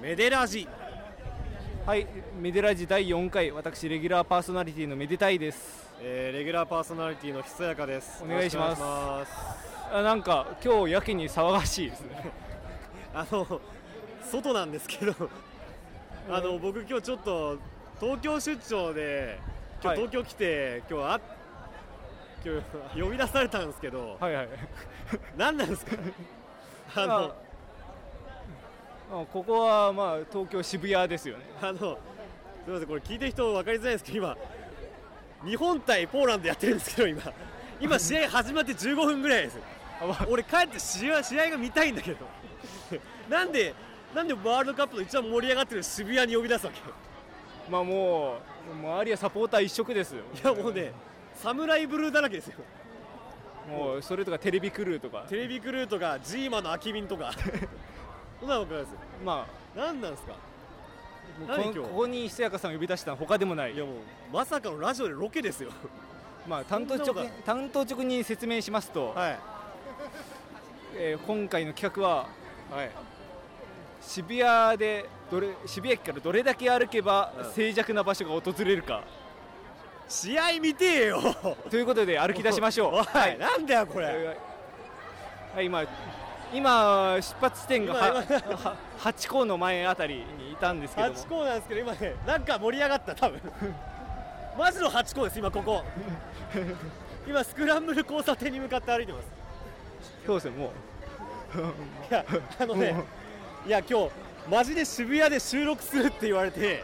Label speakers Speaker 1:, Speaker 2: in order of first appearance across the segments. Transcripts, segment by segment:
Speaker 1: メデラジ
Speaker 2: はい、メデラジ第4回、私、レギュラーパーソナリティのめでたいです。
Speaker 1: えーレギュラーパーソナリティのひそやかです
Speaker 2: お願いします
Speaker 1: よろくお願いします
Speaker 2: あなんか、今日やけに騒がしいです ね。
Speaker 1: あの外なんですけどあの僕今日ちょっと東京出張で今
Speaker 2: は
Speaker 1: 日
Speaker 2: い
Speaker 1: 東京来て、今日あ今日呼び出されたんですけど、
Speaker 2: はいはい。
Speaker 1: 何なん ですかあの
Speaker 2: まあまあここは、まあ、東京渋谷ですよね。
Speaker 1: あのすみませんこれ聞いてる人分かりづらいんですけど今日本対ポーランドやってるんですけど今今試合始まって15分ぐらいです
Speaker 2: あわ
Speaker 1: 俺帰って試合試合が見たいんだけどなんでなんでワールドカップの一番盛り上がってる渋谷に呼び出すわけい
Speaker 2: まあ、もう、周りはサポーター一色ですよ。
Speaker 1: やもうねサムライブルーだらけですよ
Speaker 2: もう、それとかテレビクルーとか、
Speaker 1: テレビクルーとかジーマの空き瓶とかそんなの分かります
Speaker 2: ま
Speaker 1: 何なんですか
Speaker 2: あ、もう
Speaker 1: 何
Speaker 2: こ
Speaker 1: 今
Speaker 2: の
Speaker 1: 日
Speaker 2: ここにひそやかさんを呼び出したのは他でもない
Speaker 1: い。やもうまさかのラジオでロケですよ
Speaker 2: まあ、担当
Speaker 1: そんな
Speaker 2: 直
Speaker 1: こと
Speaker 2: 担当直に説明しますと、
Speaker 1: はい
Speaker 2: えー今回の企画は、
Speaker 1: はい
Speaker 2: 渋谷でどれ渋谷駅からどれだけ歩けば
Speaker 1: うん
Speaker 2: 静寂な場所が訪れるか、
Speaker 1: 試合見てえよ
Speaker 2: ということで歩き出しましょう
Speaker 1: は、
Speaker 2: はいい、
Speaker 1: なんだよこれ
Speaker 2: はい、今今出発地点がは
Speaker 1: 今
Speaker 2: は八甲の前あたりにいたんですけども
Speaker 1: 八甲なんですけど今ねなんか盛り上がった多分マジの八甲です今ここ今スクランブル交差点に向かって歩いてます
Speaker 2: そうですねもう
Speaker 1: いやあのねいや今日マジで渋谷で収録するって言われて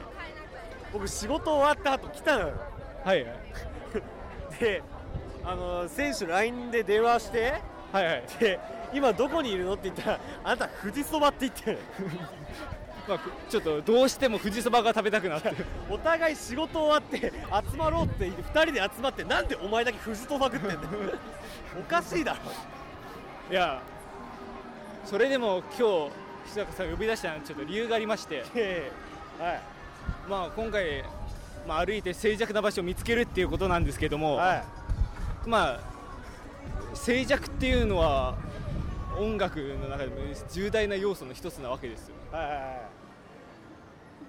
Speaker 1: 僕仕事終わった後来たのよ
Speaker 2: はいはい
Speaker 1: であの選手の LINE で電話して
Speaker 2: はいはい、
Speaker 1: で今どこにいるのって言ったらあなた富士そばって言ってる
Speaker 2: まあ、ふちょっとどうしても富士そばが食べたく なって
Speaker 1: お互い仕事終わって集まろうって2人で集まってなんでお前だけ藤とば食ってんだよ おかしいだろ
Speaker 2: いやそれでも今日日坂さんを呼び出したのはちょっと理由がありまして
Speaker 1: ええはい
Speaker 2: まあ今回、まあ、歩いて静寂な場所を見つけるっていうことなんですけども、
Speaker 1: はい
Speaker 2: まあ静寂っていうのは音楽の中でも重大な要素の一つなわけですよ
Speaker 1: はいは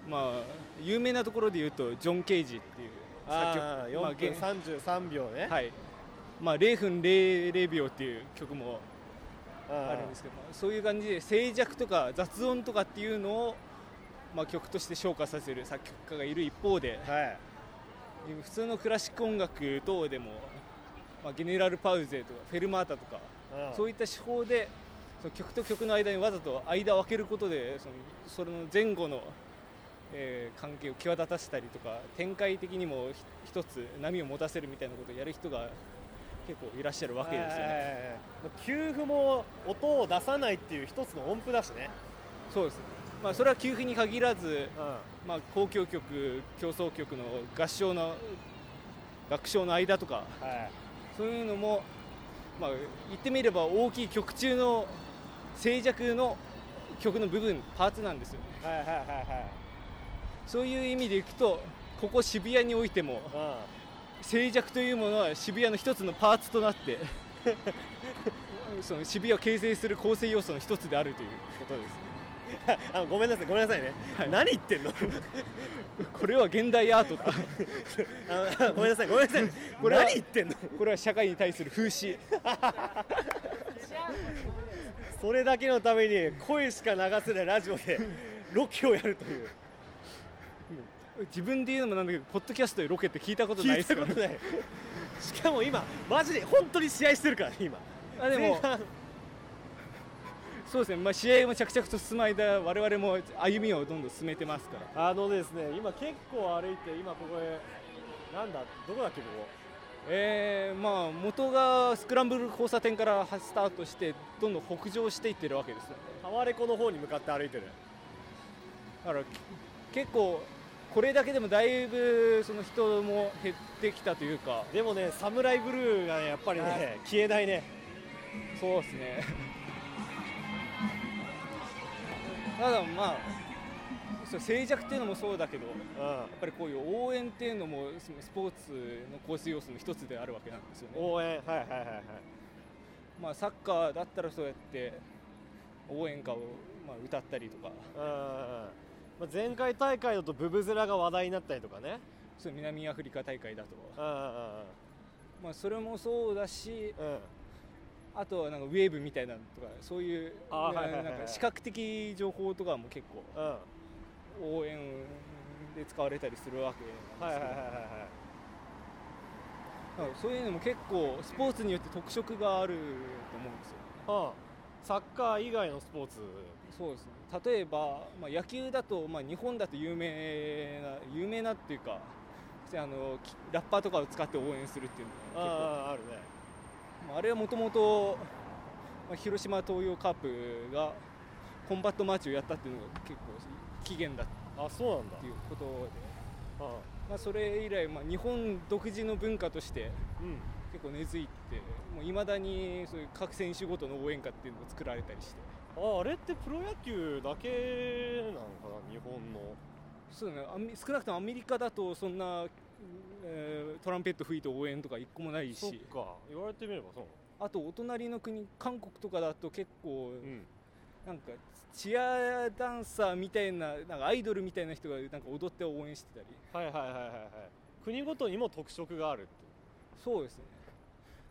Speaker 2: まあ有名なところで言うとジョン・ケージっていう
Speaker 1: いああ
Speaker 2: まあ
Speaker 1: 4分33秒ね、
Speaker 2: 現はいまあ、0分00秒っていう曲も
Speaker 1: あ
Speaker 2: あるんですけど、まあそういう感じで静寂とか雑音とかっていうのを、まあ、曲として昇華させる作曲家がいる一方で
Speaker 1: けどはい
Speaker 2: 普通のクラシック音楽等でも、まあ、ゲネラル・パウゼとかフェルマータとか
Speaker 1: うん
Speaker 2: そういった手法でその曲と曲の間にわざと間を空けることでそのそれの前後の、えー関係を際立たせたりとか展開的にもひ一つ波を持たせるみたいなことをやる人が結構いらっしゃるわけです
Speaker 1: はいは
Speaker 2: よ
Speaker 1: い
Speaker 2: ね。
Speaker 1: はいはい給付も音を出さないっていう一つの音符だしね、
Speaker 2: そうですねまあ、それは給付に限ら
Speaker 1: う
Speaker 2: ず、
Speaker 1: ん、
Speaker 2: まあ、交響曲競争曲の合唱の楽章の間とか
Speaker 1: はい
Speaker 2: そういうのも、まあ、言ってみれば大きい曲中の静寂の曲の部分パーツなんですよね
Speaker 1: はいはいは
Speaker 2: そういう意味でいくとここ渋谷においても
Speaker 1: いは
Speaker 2: 静寂というものは渋谷の一つのパーツとなってその渋谷を形成する構成要素の一つであるということです
Speaker 1: い、 うん、あごめんなさいごめんなさいね、
Speaker 2: はい
Speaker 1: 何言ってんの
Speaker 2: これは現代アートだ
Speaker 1: あのごめんなさいごめん なさい
Speaker 2: これは
Speaker 1: 何言ってんの
Speaker 2: これは社会に対する風刺
Speaker 1: それだけのために声しか流せないラジオ でロケをやるという
Speaker 2: 自分で言うのもなんだけどポッドキャストでロケって聞いたこと
Speaker 1: 聞
Speaker 2: ないで
Speaker 1: い
Speaker 2: す
Speaker 1: た
Speaker 2: か
Speaker 1: こ
Speaker 2: ら
Speaker 1: とないしかも今マジで本当に試合してるからね今
Speaker 2: あでも
Speaker 1: 前半
Speaker 2: そうですね、まあ、試合も着々と進む間我々も歩みをどんどん進めてますから
Speaker 1: あのですね今結構歩いて今ここへなんだどこだっけこ
Speaker 2: えーまあ元がスクランブル交差点からスタートしてどんどん北上していってるわけです
Speaker 1: こ
Speaker 2: よ
Speaker 1: タワレコの方に向かって歩いてる
Speaker 2: だからき結構これだけでもだいぶその人も減ってきたというか
Speaker 1: でもねサムライブルーがねやっぱり
Speaker 2: はい
Speaker 1: ね消えないね
Speaker 2: そうですねただまあそう静寂っていうのもそうだけどや
Speaker 1: うん
Speaker 2: っぱりこういう応援っていうのもそのスポーツの構成要素の一つであるわけなんですよね
Speaker 1: 応援はいはいはいはい
Speaker 2: まあ、サッカーだったらそうやって応援歌を、まあ、歌ったりとか
Speaker 1: うんまあ前回大会だとブブゼラが話題になったりとかね
Speaker 2: そう南アフリカ大会だと、
Speaker 1: うんうん
Speaker 2: まあ、それもそうだし
Speaker 1: うんうん
Speaker 2: あとはなんかウェーブみたいなのとかそういう
Speaker 1: あーはいはい
Speaker 2: な
Speaker 1: は
Speaker 2: ん
Speaker 1: いはい
Speaker 2: か視覚的情報とかも結構
Speaker 1: うんは
Speaker 2: 応援で使われたりするわけ
Speaker 1: いはい
Speaker 2: な
Speaker 1: は
Speaker 2: ん
Speaker 1: い
Speaker 2: ですけど、
Speaker 1: はい
Speaker 2: なんかそういうのも結構スポーツによって特色があると思うんですよ
Speaker 1: はいうんサッカー以外のスポーツ
Speaker 2: そうですね例えば、まあ、野球だと、まあ、日本だと有名な有名なっていうか普通にあのきラッパーとかを使って応援するっていうのが
Speaker 1: あああるね
Speaker 2: 結構まああれはもともとまあ広島東洋カープがコンバットマーチをやったっていうのが結構起源だっ
Speaker 1: あそうなんだ
Speaker 2: ていうことで、
Speaker 1: う
Speaker 2: まあ、それ以来、まあ、日本独自の文化として
Speaker 1: んうん
Speaker 2: 結構根付いてもう未だにそういう各選手ごとの応援歌っていうのが作られたりして
Speaker 1: ああれってプロ野球だけなのかな日本の
Speaker 2: そうだねアメ少なくともアメリカだとそんな、えートランペット吹いて応援とか一個もない
Speaker 1: そっ
Speaker 2: し
Speaker 1: か言われてみればそう
Speaker 2: あとお隣の国韓国とかだと結構、
Speaker 1: うん
Speaker 2: なんかチアダンサーみたいななんかアイドルみたいな人がなんか踊って応援してたり
Speaker 1: はいはいはいはいはい国ごとにも特色があるって
Speaker 2: そうですね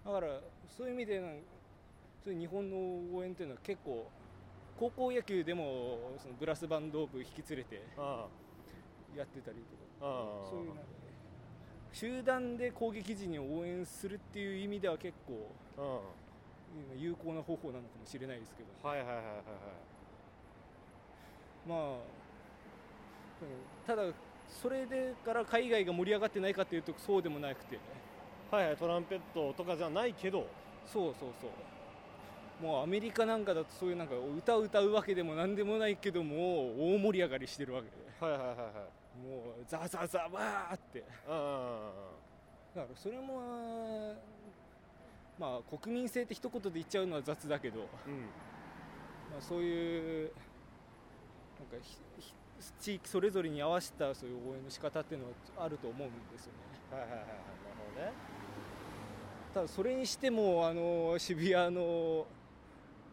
Speaker 2: だからそういう意味でなんそういう日本の応援っていうのは結構高校野球でもそのブラスバンド部引き連れて
Speaker 1: うん
Speaker 2: やってたりとか
Speaker 1: ああ
Speaker 2: そういうなんか集団で攻撃時に応援するっていう意味では結構
Speaker 1: うん
Speaker 2: 有効な方法なのかもしれないですけど、
Speaker 1: はいはいはいはいはい
Speaker 2: まあうんただそれでから海外が盛り上がってないかっていうとそうでもなくて
Speaker 1: はいはいトランペットとかじゃないけど
Speaker 2: そうそうそうもうアメリカなんかだとそういうなんか歌を歌うわけでも何でもないけどもう大盛り上がりしてるわけで
Speaker 1: はいはいはいはい
Speaker 2: もうザーザーザーわーって
Speaker 1: うんうんうんうん
Speaker 2: だからそれもまあ国民性って一言で言っちゃうのは雑だけど、
Speaker 1: うん
Speaker 2: まあ、そういうなんかひひ地域それぞれに合わせたそういう応援の仕方っていうのはあると思うんですよ
Speaker 1: は
Speaker 2: ね
Speaker 1: いはいはいはいなるほどね
Speaker 2: ただそれにしてもあの渋谷の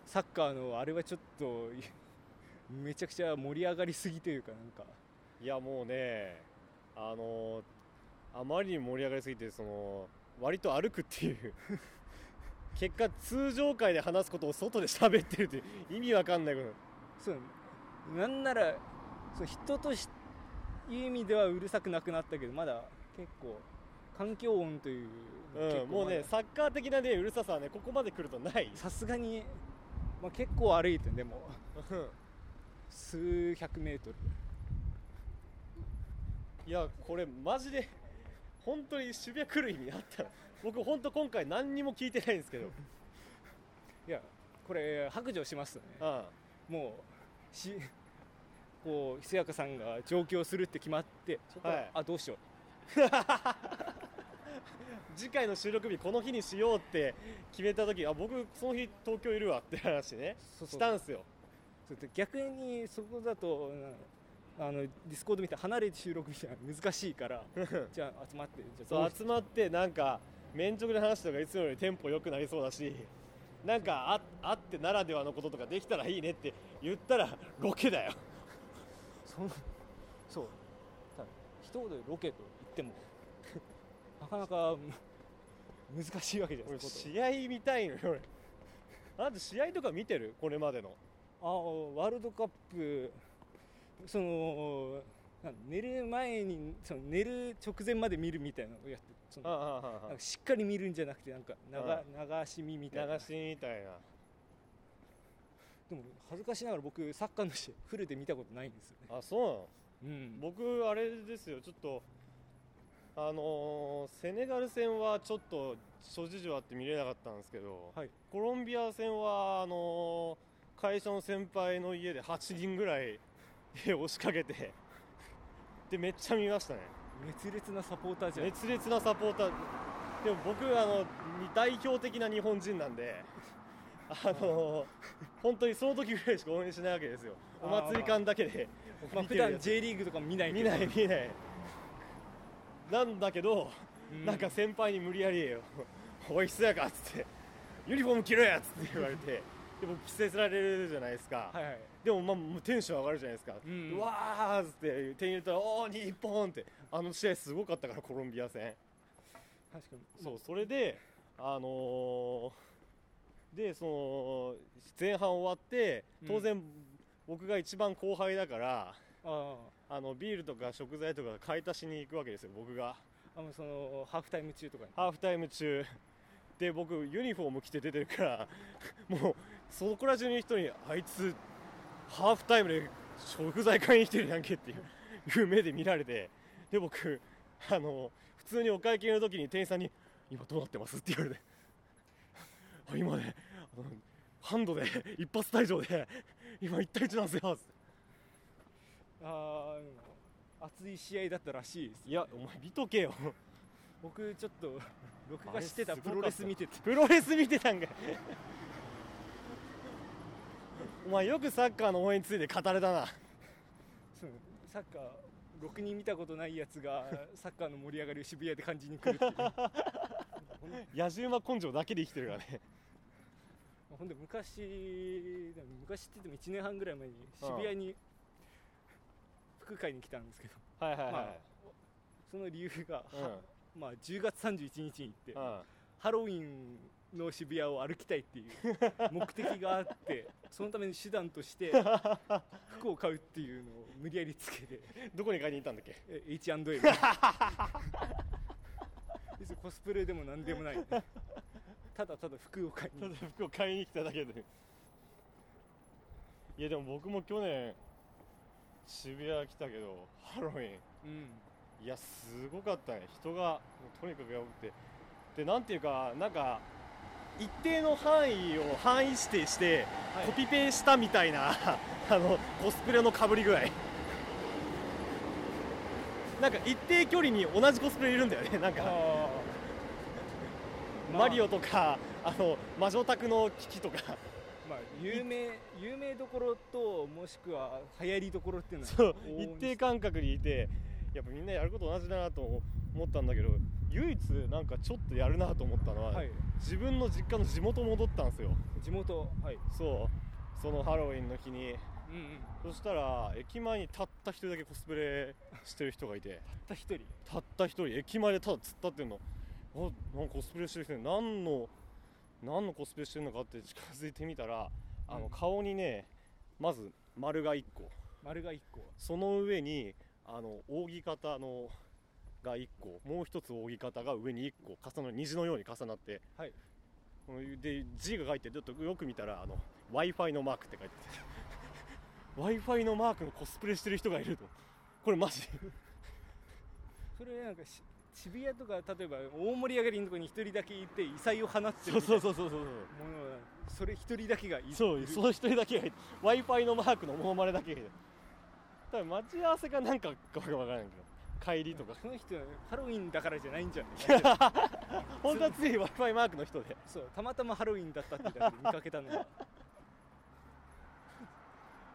Speaker 2: サッカーのあれはちょっと いめちゃくちゃ盛り上がりすぎというかなんか
Speaker 1: いやもうねあのあまりに盛り上がりすぎてその割と歩くっていう 結果通常会で話すことを外で喋ってるっていう意味わかんないこと
Speaker 2: そうなんならそう人としいう意味ではうるさくなくなったけどまだ結構環境音という、結
Speaker 1: う
Speaker 2: 構
Speaker 1: ん、もう
Speaker 2: まだ
Speaker 1: ねサッカー的なねうるささはねここまで来ると ない
Speaker 2: さすがに、まあ、結構歩いてんでも
Speaker 1: うん
Speaker 2: 数百メートル
Speaker 1: いやこれマジで本当に渋谷来る意味あったの僕本当今回何にも聞いてないんですけど、
Speaker 2: いやこれ白状しますね
Speaker 1: うん、
Speaker 2: もうし こうひそやかさんが上京するって決まってそこから、
Speaker 1: はい
Speaker 2: あどうしよ
Speaker 1: 次回の収録日この日にしようって決めた時あ僕その日東京いるわって話ね
Speaker 2: そうそう
Speaker 1: したんすよ
Speaker 2: うちょっと逆にそこだとなあのディスコードみたいに離れて収録みたいなの難しいからじゃあ集まってじゃあ
Speaker 1: そ
Speaker 2: ど
Speaker 1: う
Speaker 2: うし
Speaker 1: 集まってなんか面直で話とかいつもよりテンポ良くなりそうだしなんかああってならではのこととかできたらいいねって言ったらロケだよ
Speaker 2: そんそうただ一言でロケと言っても なかなかむ難しいわけじゃない
Speaker 1: 俺
Speaker 2: ですか
Speaker 1: 試合見たいのよ俺あんた試合とか見てるこれまでの
Speaker 2: あワールドカップそのなん寝る前にその寝る直前まで見るみたいなのをやってそのなんかしっかり見るんじゃなくてなんか流,、流し見みたいな
Speaker 1: 流しみたいな
Speaker 2: でも恥ずかしながら僕サッカーの試合フルで見たことないんですよね、
Speaker 1: あそうなの
Speaker 2: うん、
Speaker 1: 僕あれですよちょっとあのーセネガル戦はちょっと諸事情あって見れなかったんですけど、
Speaker 2: はい
Speaker 1: コロンビア戦はあのー会社の先輩の家で8人ぐらい 押しかけてでめっちゃ見ましたね
Speaker 2: 熱烈なサポーターじゃん
Speaker 1: 熱烈なサポーターでも僕あのに代表的な日本人なんであのー本当にその時ぐらいしか応援しないわけですよお祭り感だけで
Speaker 2: まあ
Speaker 1: 見
Speaker 2: 普
Speaker 1: てるやつ
Speaker 2: 段 J リーグとか見ないけ
Speaker 1: 見
Speaker 2: ど
Speaker 1: ない見ないなんだけど、
Speaker 2: う
Speaker 1: なんか 先輩に無理やり「おいひそやか」っつって「ユニフォーム着ろや」っつって言われてで僕着せられるじゃないですか、
Speaker 2: はいはい
Speaker 1: でもまあもうテンション上がるじゃないですか、
Speaker 2: うん
Speaker 1: わーっつって点入れたら「おー日本!」ってあの試合すごかったからコロンビア戦
Speaker 2: 確かに
Speaker 1: そうそれであのーでその前半終わって当然僕が一番後輩だから、
Speaker 2: あ
Speaker 1: あのビールとか食材とか買い足しに行くわけですよ僕が
Speaker 2: ああのそのハーフタイム中とかに
Speaker 1: ハーフタイム中で僕ユニフォーム着て出てるからもうそこら中に人にあいつハーフタイムで食材買いに来てるやんけっていういう目で見られてで僕あの普通にお会計の時に店員さんに「今どうなってます?」って言われて「あ今ねあのハンドで一発退場で今1対1なんですよ」つって
Speaker 2: ああでも熱い試合だったらしいです
Speaker 1: いやお前見とけよ」
Speaker 2: 僕ちょっ と録
Speaker 1: あ
Speaker 2: 画
Speaker 1: れ
Speaker 2: してた
Speaker 1: すごかっ
Speaker 2: プ
Speaker 1: た
Speaker 2: ロレス見てて
Speaker 1: プロレス見てたんかいお前よくサッカーの応援について語れたな
Speaker 2: そのサッカー6人見たことないや つがサッカーの盛り上がりを渋谷で感じに来るっていうほん
Speaker 1: 野じ馬根性だけで生きてるからね
Speaker 2: ほんで昔でも昔って言っても1年半ぐらい前に渋谷に服買いに来たんですけど
Speaker 1: はいはい
Speaker 2: まあその理由が、はまあ、10月31日に行って、
Speaker 1: うん、うん、
Speaker 2: ハロウィンの渋谷を歩きた いっていう目的があってそのために手段として 服を買うっていうのを無理やりつけて
Speaker 1: どこに買いに行ったんだっけ
Speaker 2: え H&M 別にコスプレでも何でもないただただ服を買い
Speaker 1: た
Speaker 2: に
Speaker 1: だ服を買いに来ただけでいやでも僕も去年渋谷来たけどハロウィン
Speaker 2: うん
Speaker 1: いやすごかったね人がもうとにかくやばくてでなんていうかなんか一定の範囲を範囲指定して、
Speaker 2: はい
Speaker 1: コピペしたみたいな あのコスプレのかぶり具合なんか一定距離に同じコスプレいるんだよねなん か
Speaker 2: あー
Speaker 1: マリオとかあの魔女宅の危機と か
Speaker 2: まあ、有名有名どころともしくは流行りどころっていうのは
Speaker 1: そう
Speaker 2: 往々
Speaker 1: 一
Speaker 2: に
Speaker 1: 定間隔にいてやっぱみんなやること同じだなと思ったんだけど唯一なんかちょっとやるなと思ったのは、
Speaker 2: はい
Speaker 1: 自分の実家の地元戻ったんですよ
Speaker 2: 地元はい
Speaker 1: そうそのハロウィンの日に
Speaker 2: うんうん
Speaker 1: そしたら駅前にたった一人だけコスプレしてる人がいて
Speaker 2: たった一人
Speaker 1: たった一人駅前でただ突っ立ってるのあなんかコスプレしてる人何の何のコスプレしてるのかって近づいてみたらあ
Speaker 2: う
Speaker 1: の
Speaker 2: ん
Speaker 1: 顔にねまず丸が1個
Speaker 2: 丸が一個
Speaker 1: その上にあの扇形のが1個もう一つ扇形が上に1個重なる虹のように重なって、
Speaker 2: はい
Speaker 1: で字が書いてちょっとよく見たらあの w i f i のマークって書いてて w i f i のマークのコスプレしてる人がいるとこれマジ
Speaker 2: それなんかし渋谷とか例えば大盛り上がりのとこに一人だけいて異彩を放ってるみたいな
Speaker 1: そうそうそう
Speaker 2: ものはそれ一人だけがいい
Speaker 1: そうその一人だけが w i f i のマークのモノマネだけがいる多分待ち合わせかなんかかわからないけど帰りとか
Speaker 2: その人ハロウィンだからじゃないんじゃない
Speaker 1: 本当はつい w i f i マークの人で
Speaker 2: そうたまたまハロウィンだったってだけで見かけたのが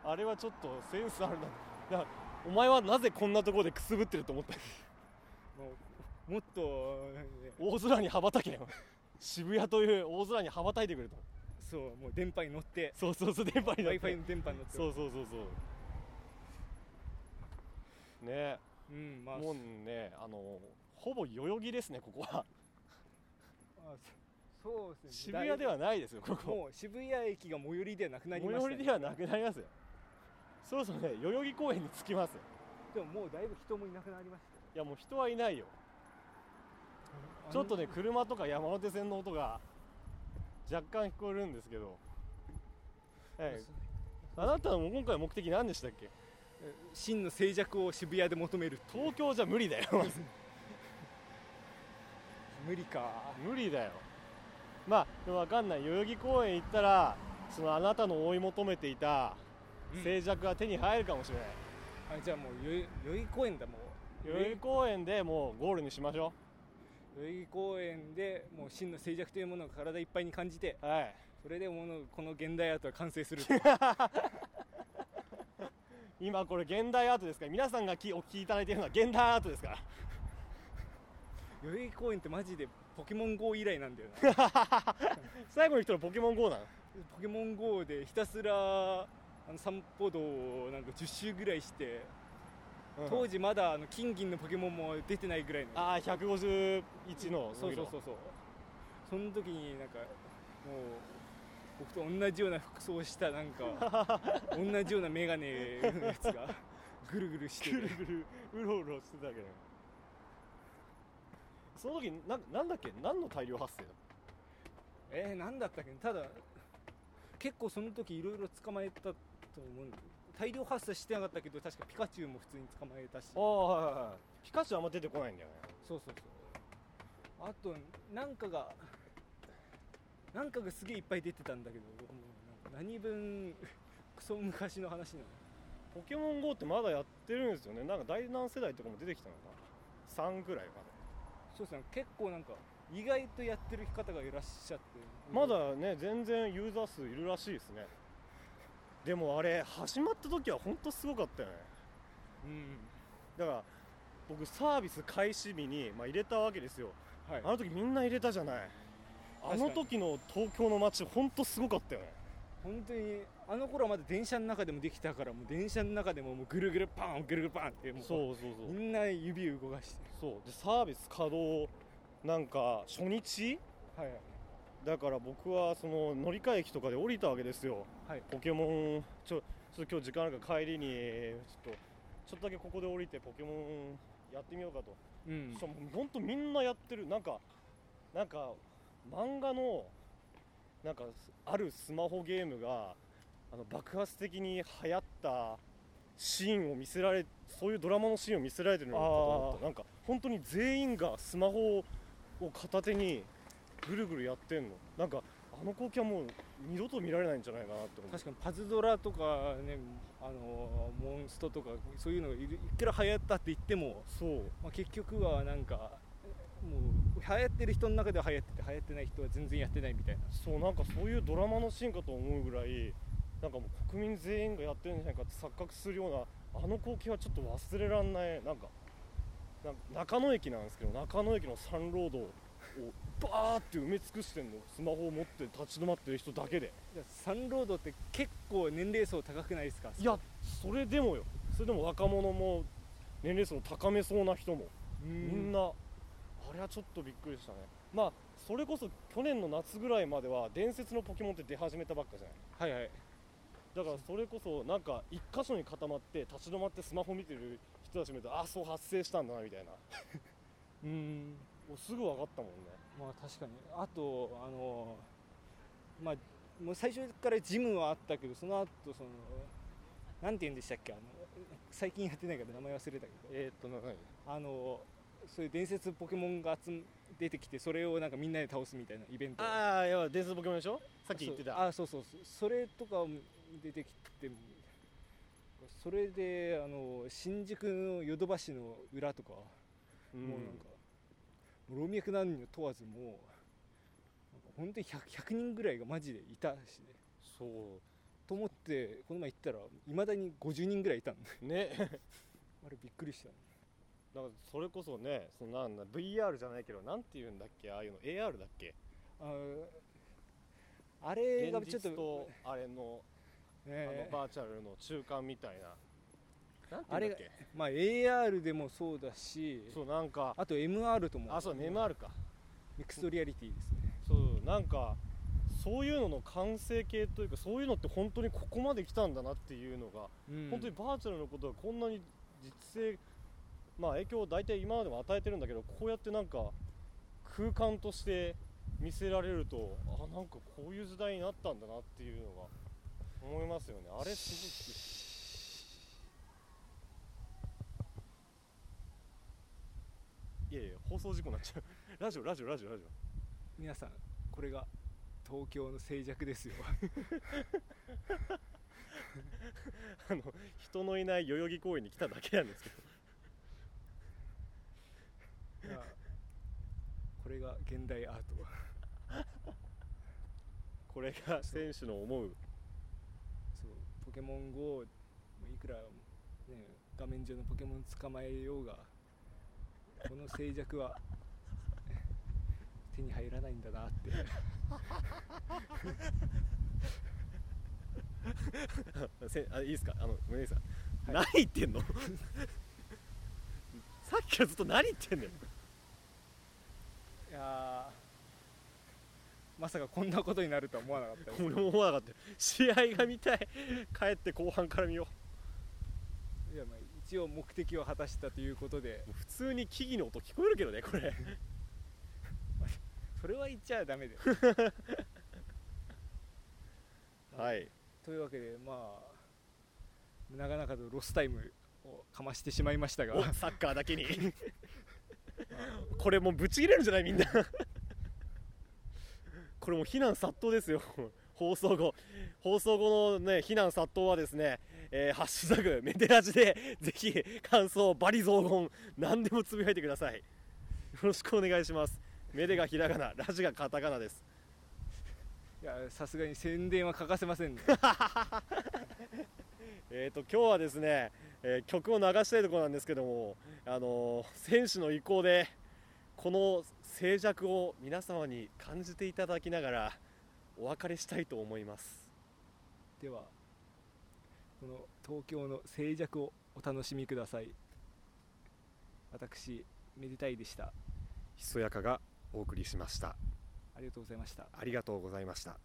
Speaker 1: あれはちょっとセンスあるななお前はなぜこんなところでくすぶってると思った
Speaker 2: もうもっとね
Speaker 1: 大空に羽ばたけよ渋谷という大空に羽ばたいてくれと
Speaker 2: そうもう電波に乗って
Speaker 1: そうそうそう電波に
Speaker 2: w
Speaker 1: 乗
Speaker 2: i
Speaker 1: っ
Speaker 2: f i
Speaker 1: て
Speaker 2: の電波に乗って
Speaker 1: そうそうそうそうねえ
Speaker 2: うんまあ
Speaker 1: もうねあのほぼ代々木ですねここは
Speaker 2: あそそうですね
Speaker 1: 渋谷ではないですよここ
Speaker 2: もう渋谷駅が最寄りではなくな
Speaker 1: 最
Speaker 2: りました、
Speaker 1: 寄
Speaker 2: ね、
Speaker 1: りではなくなりますよそろそろね代々木公園に着きますよ
Speaker 2: でももうだいぶ人もいなくなりまし
Speaker 1: いやもう人はいないよ
Speaker 2: た
Speaker 1: ちょっとね車とか山手線の音が若干聞こえるんですけど、
Speaker 2: あ
Speaker 1: は
Speaker 2: の
Speaker 1: い、あなたの今回の目的何でしたっけ
Speaker 2: え真の静寂を渋谷で求めると
Speaker 1: 東京じゃ無理だよまず
Speaker 2: 無理か
Speaker 1: 無理だよまあでも分かんない代々木公園行ったらそのあなたの追い求めていた
Speaker 2: うん
Speaker 1: 静寂が手に入るかもしれない、
Speaker 2: あじゃあもう代々代々木公園だもう
Speaker 1: 代々木公園でもうゴールにしましょ
Speaker 2: 代々木公園でもう真の静寂というものを体いっぱいに感じて
Speaker 1: うはい
Speaker 2: それでものこの現代アートは完成すると
Speaker 1: 今これ現代アートですから皆さんがきお聞きいただいているのは現代アートですから
Speaker 2: 代々木公園ってマジでポケモン GO 以来なんだよな
Speaker 1: 最後に来たのポケモン GO なの
Speaker 2: ポケモン GO でひたすらあの散歩道をなんか10周ぐらいして当時まだあの金銀のポケモンも出てないぐらいの
Speaker 1: ああ151の
Speaker 2: そうそうそうそうその時になんかもう僕と同じような服装をしたなんか同じような眼鏡のやつがぐるぐるして
Speaker 1: ぐ
Speaker 2: る
Speaker 1: るぐるうろうろしてたけどその時ななんだっけ何の大量発生だ
Speaker 2: えー、なんだったっけただ結構その時いろいろ捕まえたと思うんだけど大量発生してなかったけど確かピカチュウも普通に捕まえたし
Speaker 1: ああはいはいはいピカチュウあんま出てこないんだよね
Speaker 2: そうそうそうあとなんかがなんかがすげえいっぱい出てたんだけどもうなんか何分クソ昔の話なの
Speaker 1: ポケモン GO ってまだやってるんですよねなんか第何世代とかも出てきたのかな3ぐらいま
Speaker 2: そうですね結構なんか意外とやってる方がいらっしゃって
Speaker 1: でまだね全然ユーザー数いるらしいですねでもあれ始まった時は本当すごかったよね
Speaker 2: うん
Speaker 1: だから僕サービス開始日に、まあ、入れたわけですよ
Speaker 2: はい
Speaker 1: あの時みんな入れたじゃないあの
Speaker 2: 確か
Speaker 1: 時の東京の街ほんとすごかったよね
Speaker 2: 本当にあの頃はまだ電車の中でもできたからもう電車の中でももうぐるぐるパンぐるぐるパンってもう
Speaker 1: そうそうそう
Speaker 2: みんな指を動かして
Speaker 1: そうでサービス稼働なんか初日
Speaker 2: はい
Speaker 1: だから僕はその乗り換え駅とかで降りたわけですよ
Speaker 2: はい
Speaker 1: ポケモンちょちょっと今日時間あるから帰りにちょっとちょっとだけここで降りてポケモンやってみようかと、
Speaker 2: うん
Speaker 1: そうほんとみんなやってるなんかなんか漫画のなんかあるスマホゲームがあの爆発的に流行ったシーンを見せられそういうドラマのシーンを見せられてるのかと思っ
Speaker 2: あ
Speaker 1: たなんか本当に全員がスマホを片手にぐるぐるやってんのなんかあの光景はもう二度と見られないんじゃないかなって思う
Speaker 2: 確かにパズドラとかねあのモンストとかそういうのいるいくら流行ったって言っても、
Speaker 1: そう
Speaker 2: まあ、結局はなんかもう流行ってる人の中では流行ってて流行ってない人は全然やってないみたいな
Speaker 1: そうなんかそういうドラマのシーンかと思うぐらいなんかもう国民全員がやってるんじゃないかって錯覚するようなあの光景はちょっと忘れらんないなんかなんか中野駅なんですけど中野駅のサンロードをバーって埋め尽くしてんのスマホを持って立ち止まってる人だけで
Speaker 2: じゃあサンロードって結構年齢層高くないですか
Speaker 1: いやそれでもよそれでも若者も年齢層高めそうな人も
Speaker 2: う
Speaker 1: みん
Speaker 2: ん
Speaker 1: なあれはちょっとびっくりしたねまあそれこそ去年の夏ぐらいまでは伝説のポケモンって出始めたばっかじゃない
Speaker 2: はいはい
Speaker 1: だからそれこそなんか一箇所に固まって立ち止まってスマホ見てる人たち見るとあそう発生したんだなみたいな
Speaker 2: うん
Speaker 1: もうすぐ分かったもんね
Speaker 2: まあ確かにあとあのまあもう最初からジムはあったけどその後そのなんて言うんでしたっけあの最近やってないから名前忘れたけど
Speaker 1: えっと何
Speaker 2: あのそういう伝説ポケモンが集め出てきてそれをなんかみんなで倒すみたいなイベントあ
Speaker 1: ああいや伝説ポケモンでしょさっき言ってた
Speaker 2: あそうそうそうそれとかも出てきてそれであの新宿のヨドバシの裏とか、
Speaker 1: うん
Speaker 2: もうなんかもう老若男女問わずもうなんか本当に 100, 100人ぐらいがマジでいたしね
Speaker 1: そう
Speaker 2: と思ってこの前行ったらいまだに50人ぐらいいたんで
Speaker 1: ね
Speaker 2: あれびっくりしたね
Speaker 1: なんかそれこそねそのなんだ VR じゃないけどなんて言うんだっけああいうの AR だっけ
Speaker 2: ああれが
Speaker 1: 現
Speaker 2: ちょっ
Speaker 1: 実
Speaker 2: と
Speaker 1: と、あれのあの
Speaker 2: えー
Speaker 1: バーチャルの中間みたいななんて
Speaker 2: あ
Speaker 1: 言う
Speaker 2: れ
Speaker 1: んだっ
Speaker 2: が
Speaker 1: け
Speaker 2: まあ AR でもそうだし
Speaker 1: そうなんか
Speaker 2: あと MR とも
Speaker 1: あそう MR か
Speaker 2: ミックストリアリティですね
Speaker 1: そうなんかそういうのの完成形というかそういうのって本当にここまで来たんだなっていうのが、
Speaker 2: うん
Speaker 1: 本当にバーチャルのことがこんなに実勢まあ影響を大体今までも与えてるんだけどこうやってなんか空間として見せられるとあなんかこういう時代になったんだなっていうのが思いますよねあれすごいいやいや放送事故になっちゃうラジオラジオラジオラジオ
Speaker 2: 皆さんこれが東京の静寂ですよ
Speaker 1: あの人のいない代々木公園に来ただけなんですけど
Speaker 2: いや これが現代アート
Speaker 1: これが選手の思う
Speaker 2: そうポケモン GO いくら、ね、画面上のポケモン捕まえようがこの静寂は 手に入らないんだなって
Speaker 1: せあいいですかあの宗井さん、何言ってんの さっきからずっと何言ってんのよ
Speaker 2: いやーまさかこんなことになるとは思わなかったです
Speaker 1: 俺も思わなかったよ試合が見たい帰って後半から見よ
Speaker 2: いやまあ一応目的を果たしたということで
Speaker 1: うもう普通に木々の音聞こえるけどねこれ
Speaker 2: それは言っちゃダメで
Speaker 1: はい
Speaker 2: というわけでまあなかなかのロスタイムをかましてしまいましたが
Speaker 1: おサッカーだけにこれもうぶち切れるんじゃないみんな これもう非難殺到ですよ 放送後放送後のね非難殺到はですね、えーハッシュタグメデラジで ぜひ感想バリ雑言何でもつぶやいてくださいよろしくお願いしますメデがひらがなラジがカタカナです
Speaker 2: いやさすがに宣伝は欠かせませんね
Speaker 1: えー、と今日はですね、えー曲を流したいところなんですけども、あのー選手の意向でこの静寂を皆様に感じていただきながらお別れしたいと思います
Speaker 2: ではこの東京の静寂をお楽しみください私めでたいでした
Speaker 1: ひそやかがお送りしました
Speaker 2: ありがとうございました
Speaker 1: ありがとうございました